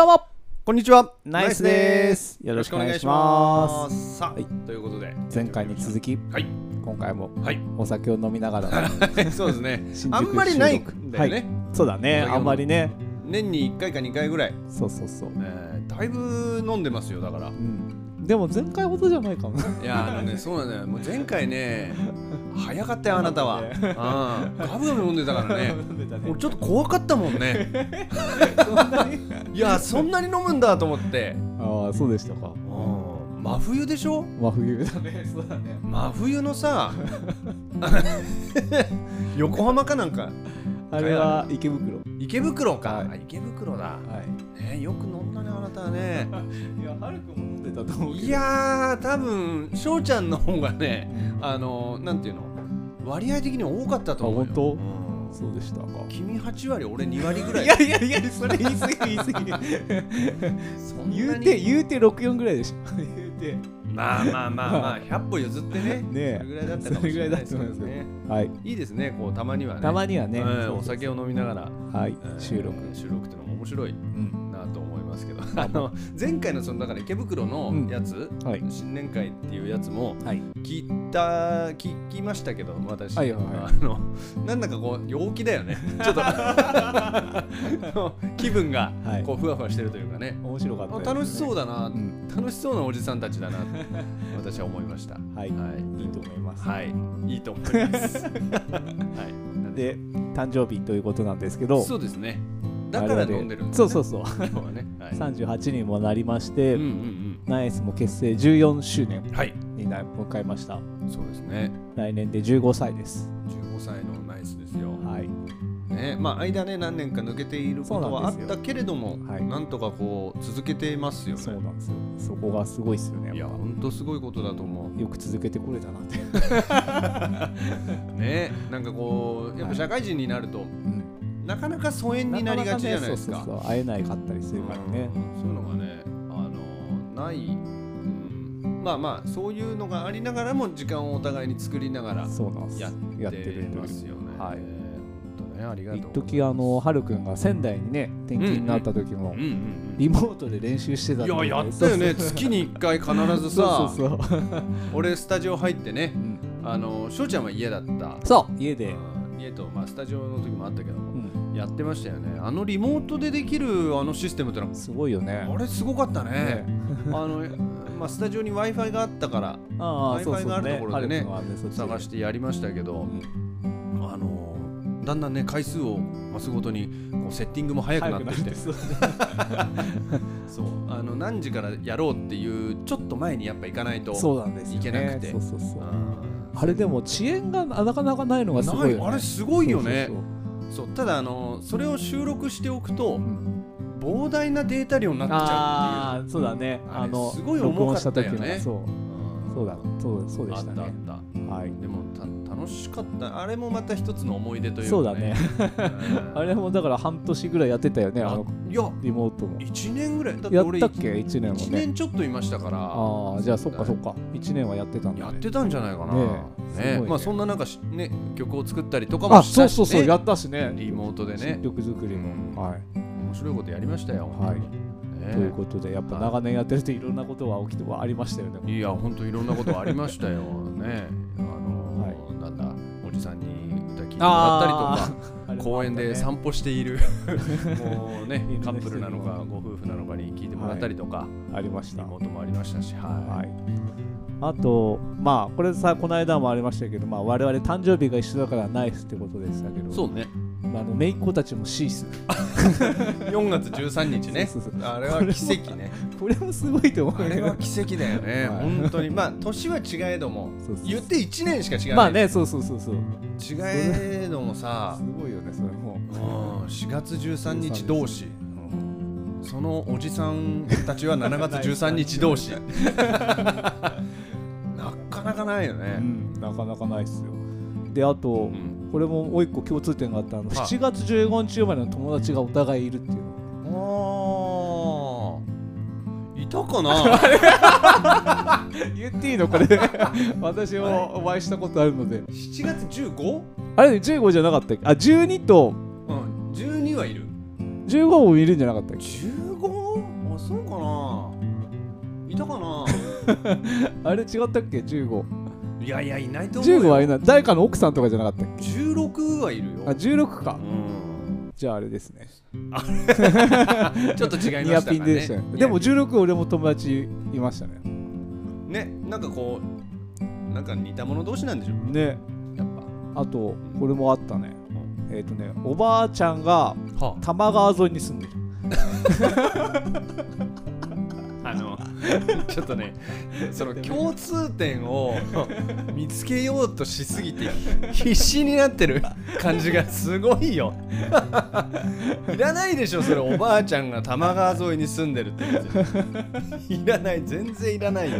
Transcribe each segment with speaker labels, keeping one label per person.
Speaker 1: こんにちは。。
Speaker 2: ナイスですよろしくお願いします
Speaker 1: さあ、
Speaker 2: はい
Speaker 1: ということで
Speaker 2: 前回に続き
Speaker 1: はい
Speaker 2: 今回も
Speaker 1: はい
Speaker 2: お酒を飲みながらの
Speaker 1: そうですね。
Speaker 2: 新宿
Speaker 1: あんまりない
Speaker 2: 収録
Speaker 1: んだよね。
Speaker 2: そうだ
Speaker 1: お酒を
Speaker 2: ね
Speaker 1: 飲む
Speaker 2: あんまりね
Speaker 1: 年に一回か二回ぐらい、
Speaker 2: そうそうそう、
Speaker 1: えーだいぶ飲んでますよだから。
Speaker 2: うん、でも前回ほどじゃないかも
Speaker 1: いやあのねそうなんだよ。もう前回 ね早かったよあなたは。
Speaker 2: ね
Speaker 1: うんガブガブ飲んでたから ね。
Speaker 2: 飲んでたね
Speaker 1: 俺ちょっと怖かったもんね。
Speaker 2: そんなに
Speaker 1: いやそんなに飲むんだと思って。
Speaker 2: ああそうでしたか
Speaker 1: うん真冬でしょ？
Speaker 2: 真冬だねそうだね
Speaker 1: 真冬のさ横浜かなんか
Speaker 2: あれは池袋は
Speaker 1: 池袋か、
Speaker 2: はい
Speaker 1: あ池袋だ、
Speaker 2: い
Speaker 1: ね、よく飲んだねあなたはね
Speaker 2: いやはるくんも飲んでたと思うけど
Speaker 1: いやー多分翔ちゃんの方がね
Speaker 2: うん
Speaker 1: あのなんていうの割合的に多かったと思うよ
Speaker 2: あ本当
Speaker 1: うん
Speaker 2: そうでしたか
Speaker 1: 君8割俺2割ぐらい
Speaker 2: いやいやいやそれ言い過ぎ言い過ぎ
Speaker 1: そんなに
Speaker 2: 言うて言うて64ぐらいでしょ言うて
Speaker 1: まあまあまあまあ100歩譲ってね
Speaker 2: ねえ
Speaker 1: それぐらいだったかもしれないですけど
Speaker 2: それぐらいだ
Speaker 1: ね
Speaker 2: はい
Speaker 1: いいですねこうたまにはね
Speaker 2: たまにはね、
Speaker 1: うん
Speaker 2: そう
Speaker 1: お酒を飲みながら、
Speaker 2: はい
Speaker 1: うん
Speaker 2: 収録、
Speaker 1: 収録ってのも面白いなと思いますけどあ
Speaker 2: ま
Speaker 1: の前回のそのだから池袋のやつ、
Speaker 2: はい
Speaker 1: 新年会っていうやつも
Speaker 2: はい
Speaker 1: 聞いた聞きましたけど私、
Speaker 2: はいはいはい
Speaker 1: あのなんだかこう陽気だよねちょっと あの気分が
Speaker 2: はい
Speaker 1: こうふわふわしてるというかね、
Speaker 2: 面白かった
Speaker 1: あ楽しそう
Speaker 2: だ、
Speaker 1: だな、
Speaker 2: うん、
Speaker 1: 楽しそうなおじさんたちだなって私は思いました。
Speaker 2: はい、
Speaker 1: はい
Speaker 2: いいと思います、
Speaker 1: はい、いいと思い ます。はい、なん
Speaker 2: で誕生日ということなんですけど
Speaker 1: そうですね。だから飲んでるんです、ね。
Speaker 2: そうそうそう
Speaker 1: 今日はね。はい。
Speaker 2: 38にもなりまし
Speaker 1: う
Speaker 2: て、
Speaker 1: んうん
Speaker 2: ナイスも結成14周年
Speaker 1: うん。はい。
Speaker 2: にな迎えました
Speaker 1: そうですね。
Speaker 2: 来年で15歳です
Speaker 1: 15歳のナイスですよ。
Speaker 2: はい
Speaker 1: ね、まあ間ね何年か抜けていることはあっ
Speaker 2: そうなんで
Speaker 1: たけれども、
Speaker 2: はい
Speaker 1: なんとかこう続けていますよね。
Speaker 2: そうなんですよそこがすごいですよね
Speaker 1: いや
Speaker 2: やっぱ
Speaker 1: 本当すごいことだと思
Speaker 2: よく続けてこれたなって、
Speaker 1: う。ね、なんかこうやっぱ社会人になると、なかなか疎遠になりがちじゃないですか。
Speaker 2: かかねそうそうそう会えないかったりするからね
Speaker 1: うんそういうのがねあのない、うん、まあまあそういうのがありながらも時間をお互いに作りながら
Speaker 2: そうなんです
Speaker 1: や
Speaker 2: や
Speaker 1: っ
Speaker 2: って
Speaker 1: て
Speaker 2: るとい
Speaker 1: ま
Speaker 2: う
Speaker 1: すよね。
Speaker 2: は
Speaker 1: 本
Speaker 2: い
Speaker 1: 当ねありがとうござい
Speaker 2: 一
Speaker 1: ます。
Speaker 2: 時あのはるくんが仙台にね転勤になった時も、
Speaker 1: うんうん
Speaker 2: リモートで練習してた
Speaker 1: うん。い
Speaker 2: んだよね
Speaker 1: ややったよね
Speaker 2: そうそう
Speaker 1: 月に1回必ず
Speaker 2: そ
Speaker 1: さ
Speaker 2: うそうそう、
Speaker 1: 俺スタジオ入ってね
Speaker 2: うん
Speaker 1: あの翔ちゃんは家だった
Speaker 2: そう家で、
Speaker 1: うん家と、まあ、スタジオの時もあったけど
Speaker 2: う
Speaker 1: も
Speaker 2: ん、
Speaker 1: やってましたよねあのリモートでできるあのシステムってのは
Speaker 2: すごいよね
Speaker 1: あれすごかったね
Speaker 2: ね
Speaker 1: あの、まあ、スタジオに w i f i があったから
Speaker 2: あ
Speaker 1: Wi-Fi
Speaker 2: あそうそう
Speaker 1: があると
Speaker 2: ね
Speaker 1: ころでね
Speaker 2: はるくんはねそっちで
Speaker 1: 探してやりましたけど、あのだんだんね回数を増すごとにこうセッティングも早くなってきて
Speaker 2: 早くなって
Speaker 1: そうあの何時からやろうっていうちょっと前にやっぱ行かないと
Speaker 2: そうなんですよ、ね、
Speaker 1: いけなくて
Speaker 2: そうそうそううんあれでも遅延がなかなかないのがすごいよ、ね、
Speaker 1: ないあれすごいよねそうただあのそれを収録しておくと膨大なデータ量になっちゃう
Speaker 2: ああーそうだね
Speaker 1: あれ
Speaker 2: あの
Speaker 1: すごい重かったよね
Speaker 2: 録音した時のそう
Speaker 1: っていううん
Speaker 2: そうだそうそうで
Speaker 1: あ
Speaker 2: し
Speaker 1: ったたあっ
Speaker 2: ね
Speaker 1: た
Speaker 2: はい
Speaker 1: でもた楽しかったあれもまた一つの思い出というか、
Speaker 2: そうだね
Speaker 1: うん
Speaker 2: あれもだから半年ぐらいやってたよねあ
Speaker 1: あ
Speaker 2: の
Speaker 1: いや
Speaker 2: リモートも
Speaker 1: 1年ぐらいだって
Speaker 2: やっ
Speaker 1: 俺
Speaker 2: たっけ1年も
Speaker 1: 1
Speaker 2: ね
Speaker 1: 年ちょっといましたから
Speaker 2: ああじゃあそっかそっか1年はやってたんだ、
Speaker 1: や
Speaker 2: ね、
Speaker 1: ってたんじゃないかな、
Speaker 2: ね
Speaker 1: ね
Speaker 2: えすごいね
Speaker 1: まあ、そんななんかし、ね、曲を作ったりとかも
Speaker 2: あ
Speaker 1: したし、ね、
Speaker 2: そうそうそうやったしね
Speaker 1: リモートでね
Speaker 2: 新曲作り
Speaker 1: うん
Speaker 2: もはい
Speaker 1: 面白いことやりましたよ、
Speaker 2: はい
Speaker 1: 本当にね
Speaker 2: ということでやっぱ長年やってるといろんなことは起きてはありましたよね
Speaker 1: いや本当いろんなことありま したよねあの、
Speaker 2: はい
Speaker 1: なんだおじさんに歌聞いてもらったりとか
Speaker 2: あれも
Speaker 1: 公園で
Speaker 2: あっ
Speaker 1: 散歩してい るもうね
Speaker 2: 犬の
Speaker 1: カップルなのか
Speaker 2: 人
Speaker 1: ご夫婦なのかに聞いてもらったりとか、
Speaker 2: たねありまし
Speaker 1: リ
Speaker 2: た
Speaker 1: モートもありましたしは、
Speaker 2: はいいあとまあこれさこの間もありましたけどまあ我々誕生日が一緒だからナイスってことでしたけど
Speaker 1: そうね
Speaker 2: あの姪っ子たちもシース
Speaker 1: 4月13日ね
Speaker 2: そうそうそう
Speaker 1: あれは奇跡ね
Speaker 2: これもすごいと思
Speaker 1: あ
Speaker 2: う
Speaker 1: れ
Speaker 2: け
Speaker 1: は
Speaker 2: ど
Speaker 1: 奇跡だよね、
Speaker 2: はい
Speaker 1: 本当にまあ年は違えども
Speaker 2: そうそうそう
Speaker 1: 言って1年しか違う、
Speaker 2: まあねそうそうそうそう
Speaker 1: 違えどもさ
Speaker 2: すごいよねそれも
Speaker 1: うん4月13日同士そのおじさんたちは7月13日同 士なかなかないよ
Speaker 2: う
Speaker 1: ね、
Speaker 2: んなかなかないっすよであと、
Speaker 1: うん
Speaker 2: これももう一個共通点があったあの
Speaker 1: はい
Speaker 2: 7月15日生まれの友達がお互いいるっていう
Speaker 1: あーいたか な
Speaker 2: 言っていいのこれ 私もお会いしたことあるので
Speaker 1: 7月 15?
Speaker 2: あれ15じゃなかったっけあ12と
Speaker 1: うん12はいる
Speaker 2: 15もいるんじゃなかったっけ
Speaker 1: 15? あそうないたかな
Speaker 2: あれ違ったっけ15
Speaker 1: いやいやいないと思うよ
Speaker 2: 15はいない誰かの奥さんとかじゃなかったっけ
Speaker 1: 16はいるよ
Speaker 2: あ16か
Speaker 1: うん
Speaker 2: じゃああれですね
Speaker 1: ちょっと違いましたかね
Speaker 2: ニアピンでしたねでも16俺も友達いましたね
Speaker 1: ねなんかこうなんか似た者同士なんでしょ
Speaker 2: ね
Speaker 1: やっぱ
Speaker 2: あとこれもあったねえっ、とねおばあちゃんが
Speaker 1: は
Speaker 2: 多摩川沿いに住んでる
Speaker 1: あの ちょっとねその共通点を見つけようとしすぎて必死になってる感じがすごいよいらないでしょそれおばあちゃんが多摩川沿いに住んでるってやついらない全然いらないよ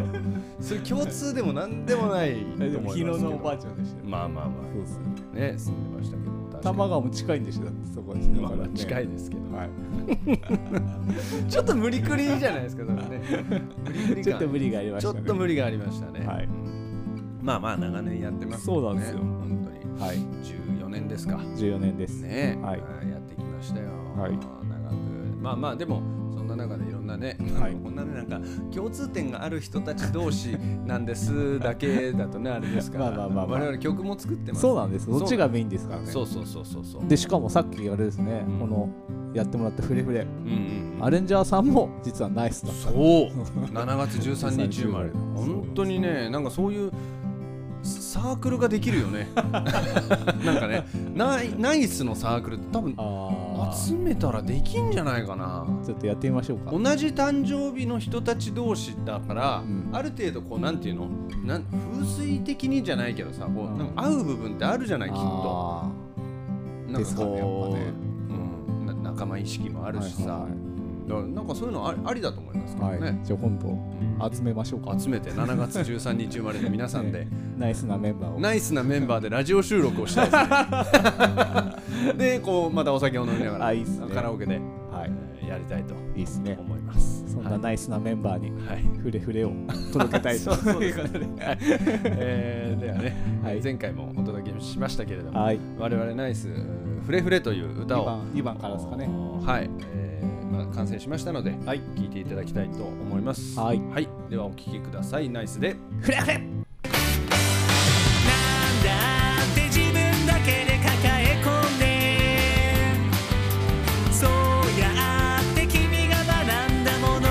Speaker 1: それ共通でも何でもないと思いますけど
Speaker 2: ちゃんでした
Speaker 1: まあまあま
Speaker 2: そうですね
Speaker 1: あね住んでましたけど確かに
Speaker 2: 多摩川も近いんでしょだってそこは日野
Speaker 1: まあ
Speaker 2: から、
Speaker 1: まあ
Speaker 2: ね、
Speaker 1: 近いですけど、
Speaker 2: はい
Speaker 1: ちょっと無理くりじゃないですか、それね。無理くり感
Speaker 2: ちょっと無理がありまし
Speaker 1: ちょ
Speaker 2: た
Speaker 1: っ
Speaker 2: ね
Speaker 1: と無理がありましたね。
Speaker 2: はい
Speaker 1: まあまあ、長年やってますからね
Speaker 2: そうなんですよ
Speaker 1: 本
Speaker 2: はい
Speaker 1: 当に。14年ですか。
Speaker 2: 14年です、
Speaker 1: ね
Speaker 2: はい
Speaker 1: やってきましたよ。
Speaker 2: はい
Speaker 1: 長く。まあまあ、でも、そんな中でいろんなね、
Speaker 2: はい
Speaker 1: こんなね、なんか共通点がある人たち同士なんですだけだとね、あれですから、
Speaker 2: まあまあまあまあ
Speaker 1: 我々曲も作ってます。
Speaker 2: そうなんですそっちがメインですからね
Speaker 1: そうそうそうそうそう。
Speaker 2: でしかもさっきあれですね、
Speaker 1: うん
Speaker 2: このやってもらったフレフレ
Speaker 1: うんうんうん
Speaker 2: アレンジャーさんも実はナイスだった
Speaker 1: そう7月13日生まれ
Speaker 2: そう
Speaker 1: 本当にねなんかそういうサークルができるよ ねなんかねナイナイスのサークル多分
Speaker 2: あ
Speaker 1: 集めたらできんじゃないかな
Speaker 2: あちょっとやってみましょうか
Speaker 1: 同じ誕生日の人たち同士だから、
Speaker 2: うん
Speaker 1: ある程度こうなんていうのなん風水的にじゃないけどさこ
Speaker 2: う
Speaker 1: うんなんか合う部分ってあるじゃないきっと
Speaker 2: あ
Speaker 1: なんかこう、
Speaker 2: ですねやっ
Speaker 1: うんな仲間意識もあるしさ、
Speaker 2: はいはいはい
Speaker 1: だからなんかそういうのありありだと思いますけ
Speaker 2: ー
Speaker 1: どね、
Speaker 2: はいじゃあ今度集めましょうか
Speaker 1: 集めて7月13日生まれの皆さんで
Speaker 2: ねナイスなメンバーを
Speaker 1: ナイスなメンバーでラジオ収録をしたいですね でこうまたお酒を飲みながら
Speaker 2: あいいっすね
Speaker 1: カラオケで、
Speaker 2: は
Speaker 1: えーやりたいと
Speaker 2: いいいですね
Speaker 1: 思います
Speaker 2: そんなナイスなメンバーに
Speaker 1: はい、
Speaker 2: フレ フレを届けたいと
Speaker 1: そうそうですねはいえーではね、
Speaker 2: はい
Speaker 1: 前回もお届けしましたけれども、
Speaker 2: はい
Speaker 1: 我々ナイスフレフレという歌
Speaker 2: 2
Speaker 1: を
Speaker 2: 番二番からですかね
Speaker 1: はい、えーまあ、完成しましたので、はい、聞いていただきたいと思います。
Speaker 2: はい
Speaker 1: ではお聞きください。ナイスで。
Speaker 3: フレフレなんだって自分だけで抱え込んでそうやって君が学んだもの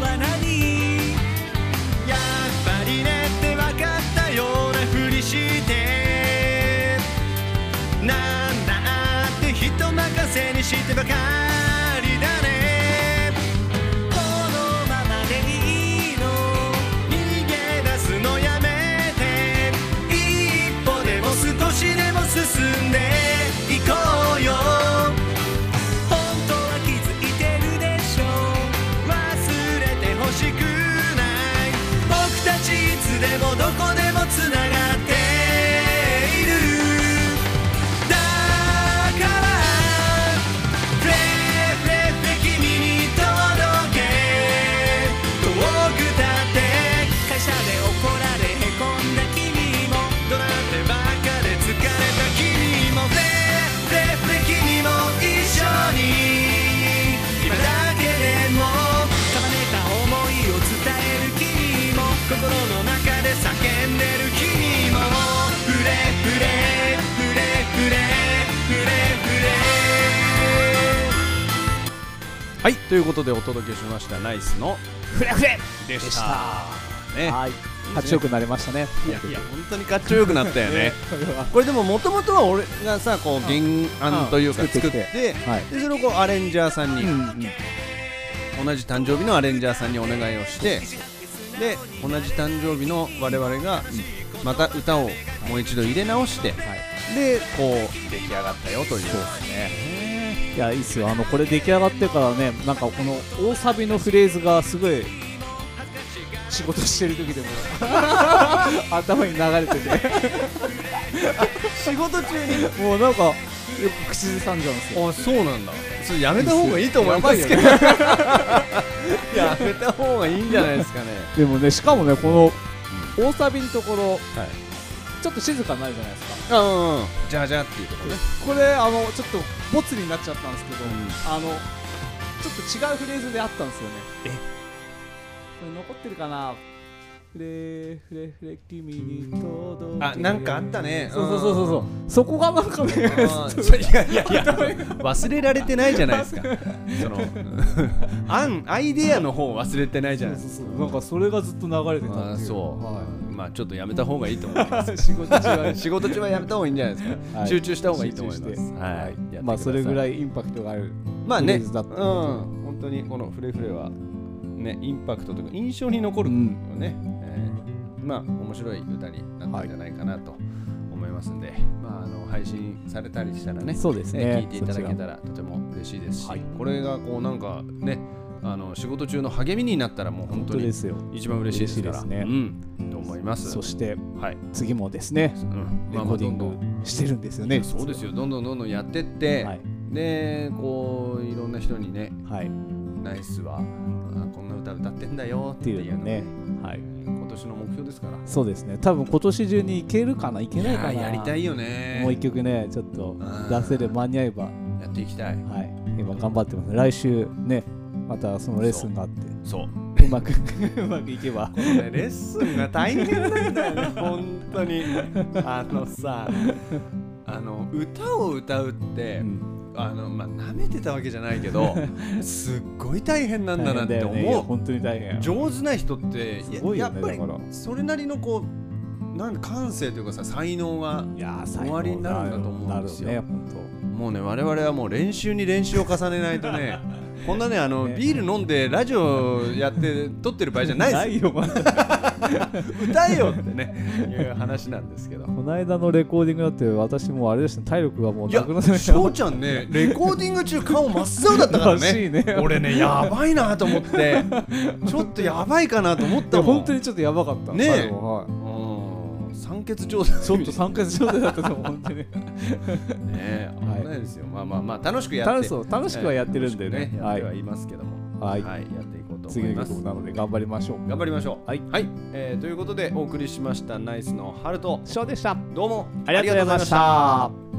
Speaker 3: は何やっぱりねって分かったようなふりしてなんだって人任せにしてばかりだねこのままでいいの逃げ出すのやめて一歩でも少しでも進んでいこうよ本当は気づいてるでしょ忘れてほしくない僕たちいつでもどこでもつながっているだから「フレフレフレ君に届け」「遠くたって」「会社で怒られへこんだ君も」「怒鳴ってばかで疲れた君も」「フレフレフレ君も一緒に」「今だけでも」「束ねた思いを伝える君も」「心の中で叫んでる君も」「フレフレフレフレフレフレ」
Speaker 1: はい、ということでお届けしましたナイスの
Speaker 3: フレフレ
Speaker 1: でした。ね、
Speaker 2: はいかっちよくなりましたね
Speaker 1: いやいや本当にかっちょよくなったよ ね。
Speaker 2: これは
Speaker 1: これでももともとは俺がさこう原案というか
Speaker 2: うん
Speaker 1: 作
Speaker 2: 作
Speaker 1: っ
Speaker 2: っててきてはい
Speaker 1: でそれをこうアレンジャーさんに、
Speaker 2: うん
Speaker 1: 同じ誕生日のアレンジャーさんにお願いをしてで同じ誕生日の我々がまた歌をもう一度入れ直して、でこう出来上がったよという
Speaker 2: いやいいっすよあのこれ出来上がってからねなんかこの大サビのフレーズがすごい仕事して る時でも頭に流れてて
Speaker 1: 仕事中 に
Speaker 2: もうなんかよく口ずさんじゃうんですよ
Speaker 1: あそうなんだそれやめた方がいいと思いますけど やめた方がいいんじゃないですかね
Speaker 2: でもねしかもねこの大サビのところ
Speaker 1: はい
Speaker 2: ちょっと静かになるじゃないですか
Speaker 1: あうんうんじゃあじゃあっていうとこね
Speaker 2: これあのちょっとボツになっちゃったんですけど、
Speaker 1: うん
Speaker 2: あのちょっと違うフレーズであったんですよね残ってるかなフレフレフレ君に届け
Speaker 1: あなんかあったね
Speaker 2: そうそうそうそうそうそこがなんかね
Speaker 1: あーそいやいやいや忘れられてないじゃない ですかそのうん アンアイデアの方忘れてないじゃない
Speaker 2: そ
Speaker 1: で
Speaker 2: う
Speaker 1: す
Speaker 2: そうそうなんかそれがずっと流れて
Speaker 1: か
Speaker 2: た
Speaker 1: あー
Speaker 2: っていう
Speaker 1: そう、
Speaker 2: は
Speaker 1: まあちょっとやめた方がいいと思います
Speaker 2: い 仕事中は ね
Speaker 1: 仕事中はやめた方がいいんじゃないですか、
Speaker 2: はい
Speaker 1: 集中した方がいいと思い
Speaker 2: 集
Speaker 1: ま
Speaker 2: 中し
Speaker 1: す
Speaker 2: て
Speaker 1: はいやってください
Speaker 2: まあそれぐらいインパクトがある
Speaker 1: まあね、う
Speaker 2: フレー
Speaker 1: ん、
Speaker 2: ズだったってこと
Speaker 1: 本当にこのフレフレは、ね、インパクトというか印象に残るよね、えーまあ面白い歌になったんじゃないかなと思いますんで、まああの配信されたりしたらね、
Speaker 2: そうですね
Speaker 1: ね聞いていただけたらとても嬉しいですし、これがこうなんかね、あの仕事中の励みになったらもう本
Speaker 2: 本
Speaker 1: 当
Speaker 2: 当で
Speaker 1: に
Speaker 2: すよ
Speaker 1: 一番嬉しいですから、
Speaker 2: 嬉しいですね
Speaker 1: うん、と思います。
Speaker 2: そして
Speaker 1: はい、
Speaker 2: 次もですね
Speaker 1: うん、
Speaker 2: レコーディングしてるんですよね、
Speaker 1: そうですよ、どんどんどんどんやってって、
Speaker 2: はい
Speaker 1: でこういろんな人にね
Speaker 2: はいっ
Speaker 1: ナイスはあこんな歌歌ってんだよって
Speaker 2: て
Speaker 1: い
Speaker 2: いう
Speaker 1: う
Speaker 2: の
Speaker 1: の
Speaker 2: ね
Speaker 1: ね
Speaker 2: はい
Speaker 1: 今年の目標ですから
Speaker 2: そうですね多分今年中に行けるかないけないかな
Speaker 1: やりたいよね
Speaker 2: もう一曲ねちょっと出せる間に合えば
Speaker 1: やっていきたい
Speaker 2: はい今頑張ってます来週ねまたそのレッスンがあって
Speaker 1: そう
Speaker 2: うまく うまくいけば
Speaker 1: レッスンが大変なんだよ ね本当にあのさあの歌を歌うって、
Speaker 2: うん
Speaker 1: あのまあ舐めてたわけじゃないけ どすっごい大変なんだなって
Speaker 2: 大変だよねいや
Speaker 1: 思う、
Speaker 2: 本当に大変
Speaker 1: 上手な人っていや
Speaker 2: すごいよ
Speaker 1: やっ
Speaker 2: ね
Speaker 1: ぱり
Speaker 2: だから
Speaker 1: それなりのこうなんか感性というかさ才能が
Speaker 2: いやー最
Speaker 1: 終わりになるんだと思うんですよ
Speaker 2: なるね本
Speaker 1: もうね我々はもう練習に練習を重ねないと ねこんなねあの
Speaker 2: ね
Speaker 1: ビール飲んでラジオやって撮ってる場合じゃ
Speaker 2: 当
Speaker 1: ない
Speaker 2: ない
Speaker 1: で
Speaker 2: よまだ
Speaker 1: す歌えよってねいう話なんですけど
Speaker 2: この間のレコーディングだって私もうあれですね体力がもう
Speaker 1: い
Speaker 2: な
Speaker 1: や
Speaker 2: くなってました
Speaker 1: 翔ちゃんねレコーディング中顔真っ青だった から
Speaker 2: らしい
Speaker 1: ね
Speaker 2: ね
Speaker 1: 俺ね やばいなと思 ってちょっとやばいかなと思っ
Speaker 2: い
Speaker 1: た
Speaker 2: や
Speaker 1: もん
Speaker 2: 本当にちょっとやばかった
Speaker 1: ねえ
Speaker 2: 最後はい
Speaker 1: うん酸欠状態
Speaker 2: ちょっと3ヶ月状態だったと思う本当に
Speaker 1: ね
Speaker 2: はい
Speaker 1: 危ないですよまあまあまあ楽しく やって
Speaker 2: 楽しそう楽しくはやってるんでね
Speaker 1: ええ楽しくやっ
Speaker 2: は
Speaker 1: て
Speaker 2: い
Speaker 1: はいますけども
Speaker 2: はい
Speaker 1: やっていこうと思
Speaker 2: 次
Speaker 1: い
Speaker 2: の
Speaker 1: ます
Speaker 2: 曲なので頑張りましょう
Speaker 1: 頑張りましょう
Speaker 2: はい
Speaker 1: えーということでお送りしましたナイスのハルト
Speaker 2: 翔でした
Speaker 1: どうも
Speaker 2: ありがとうございました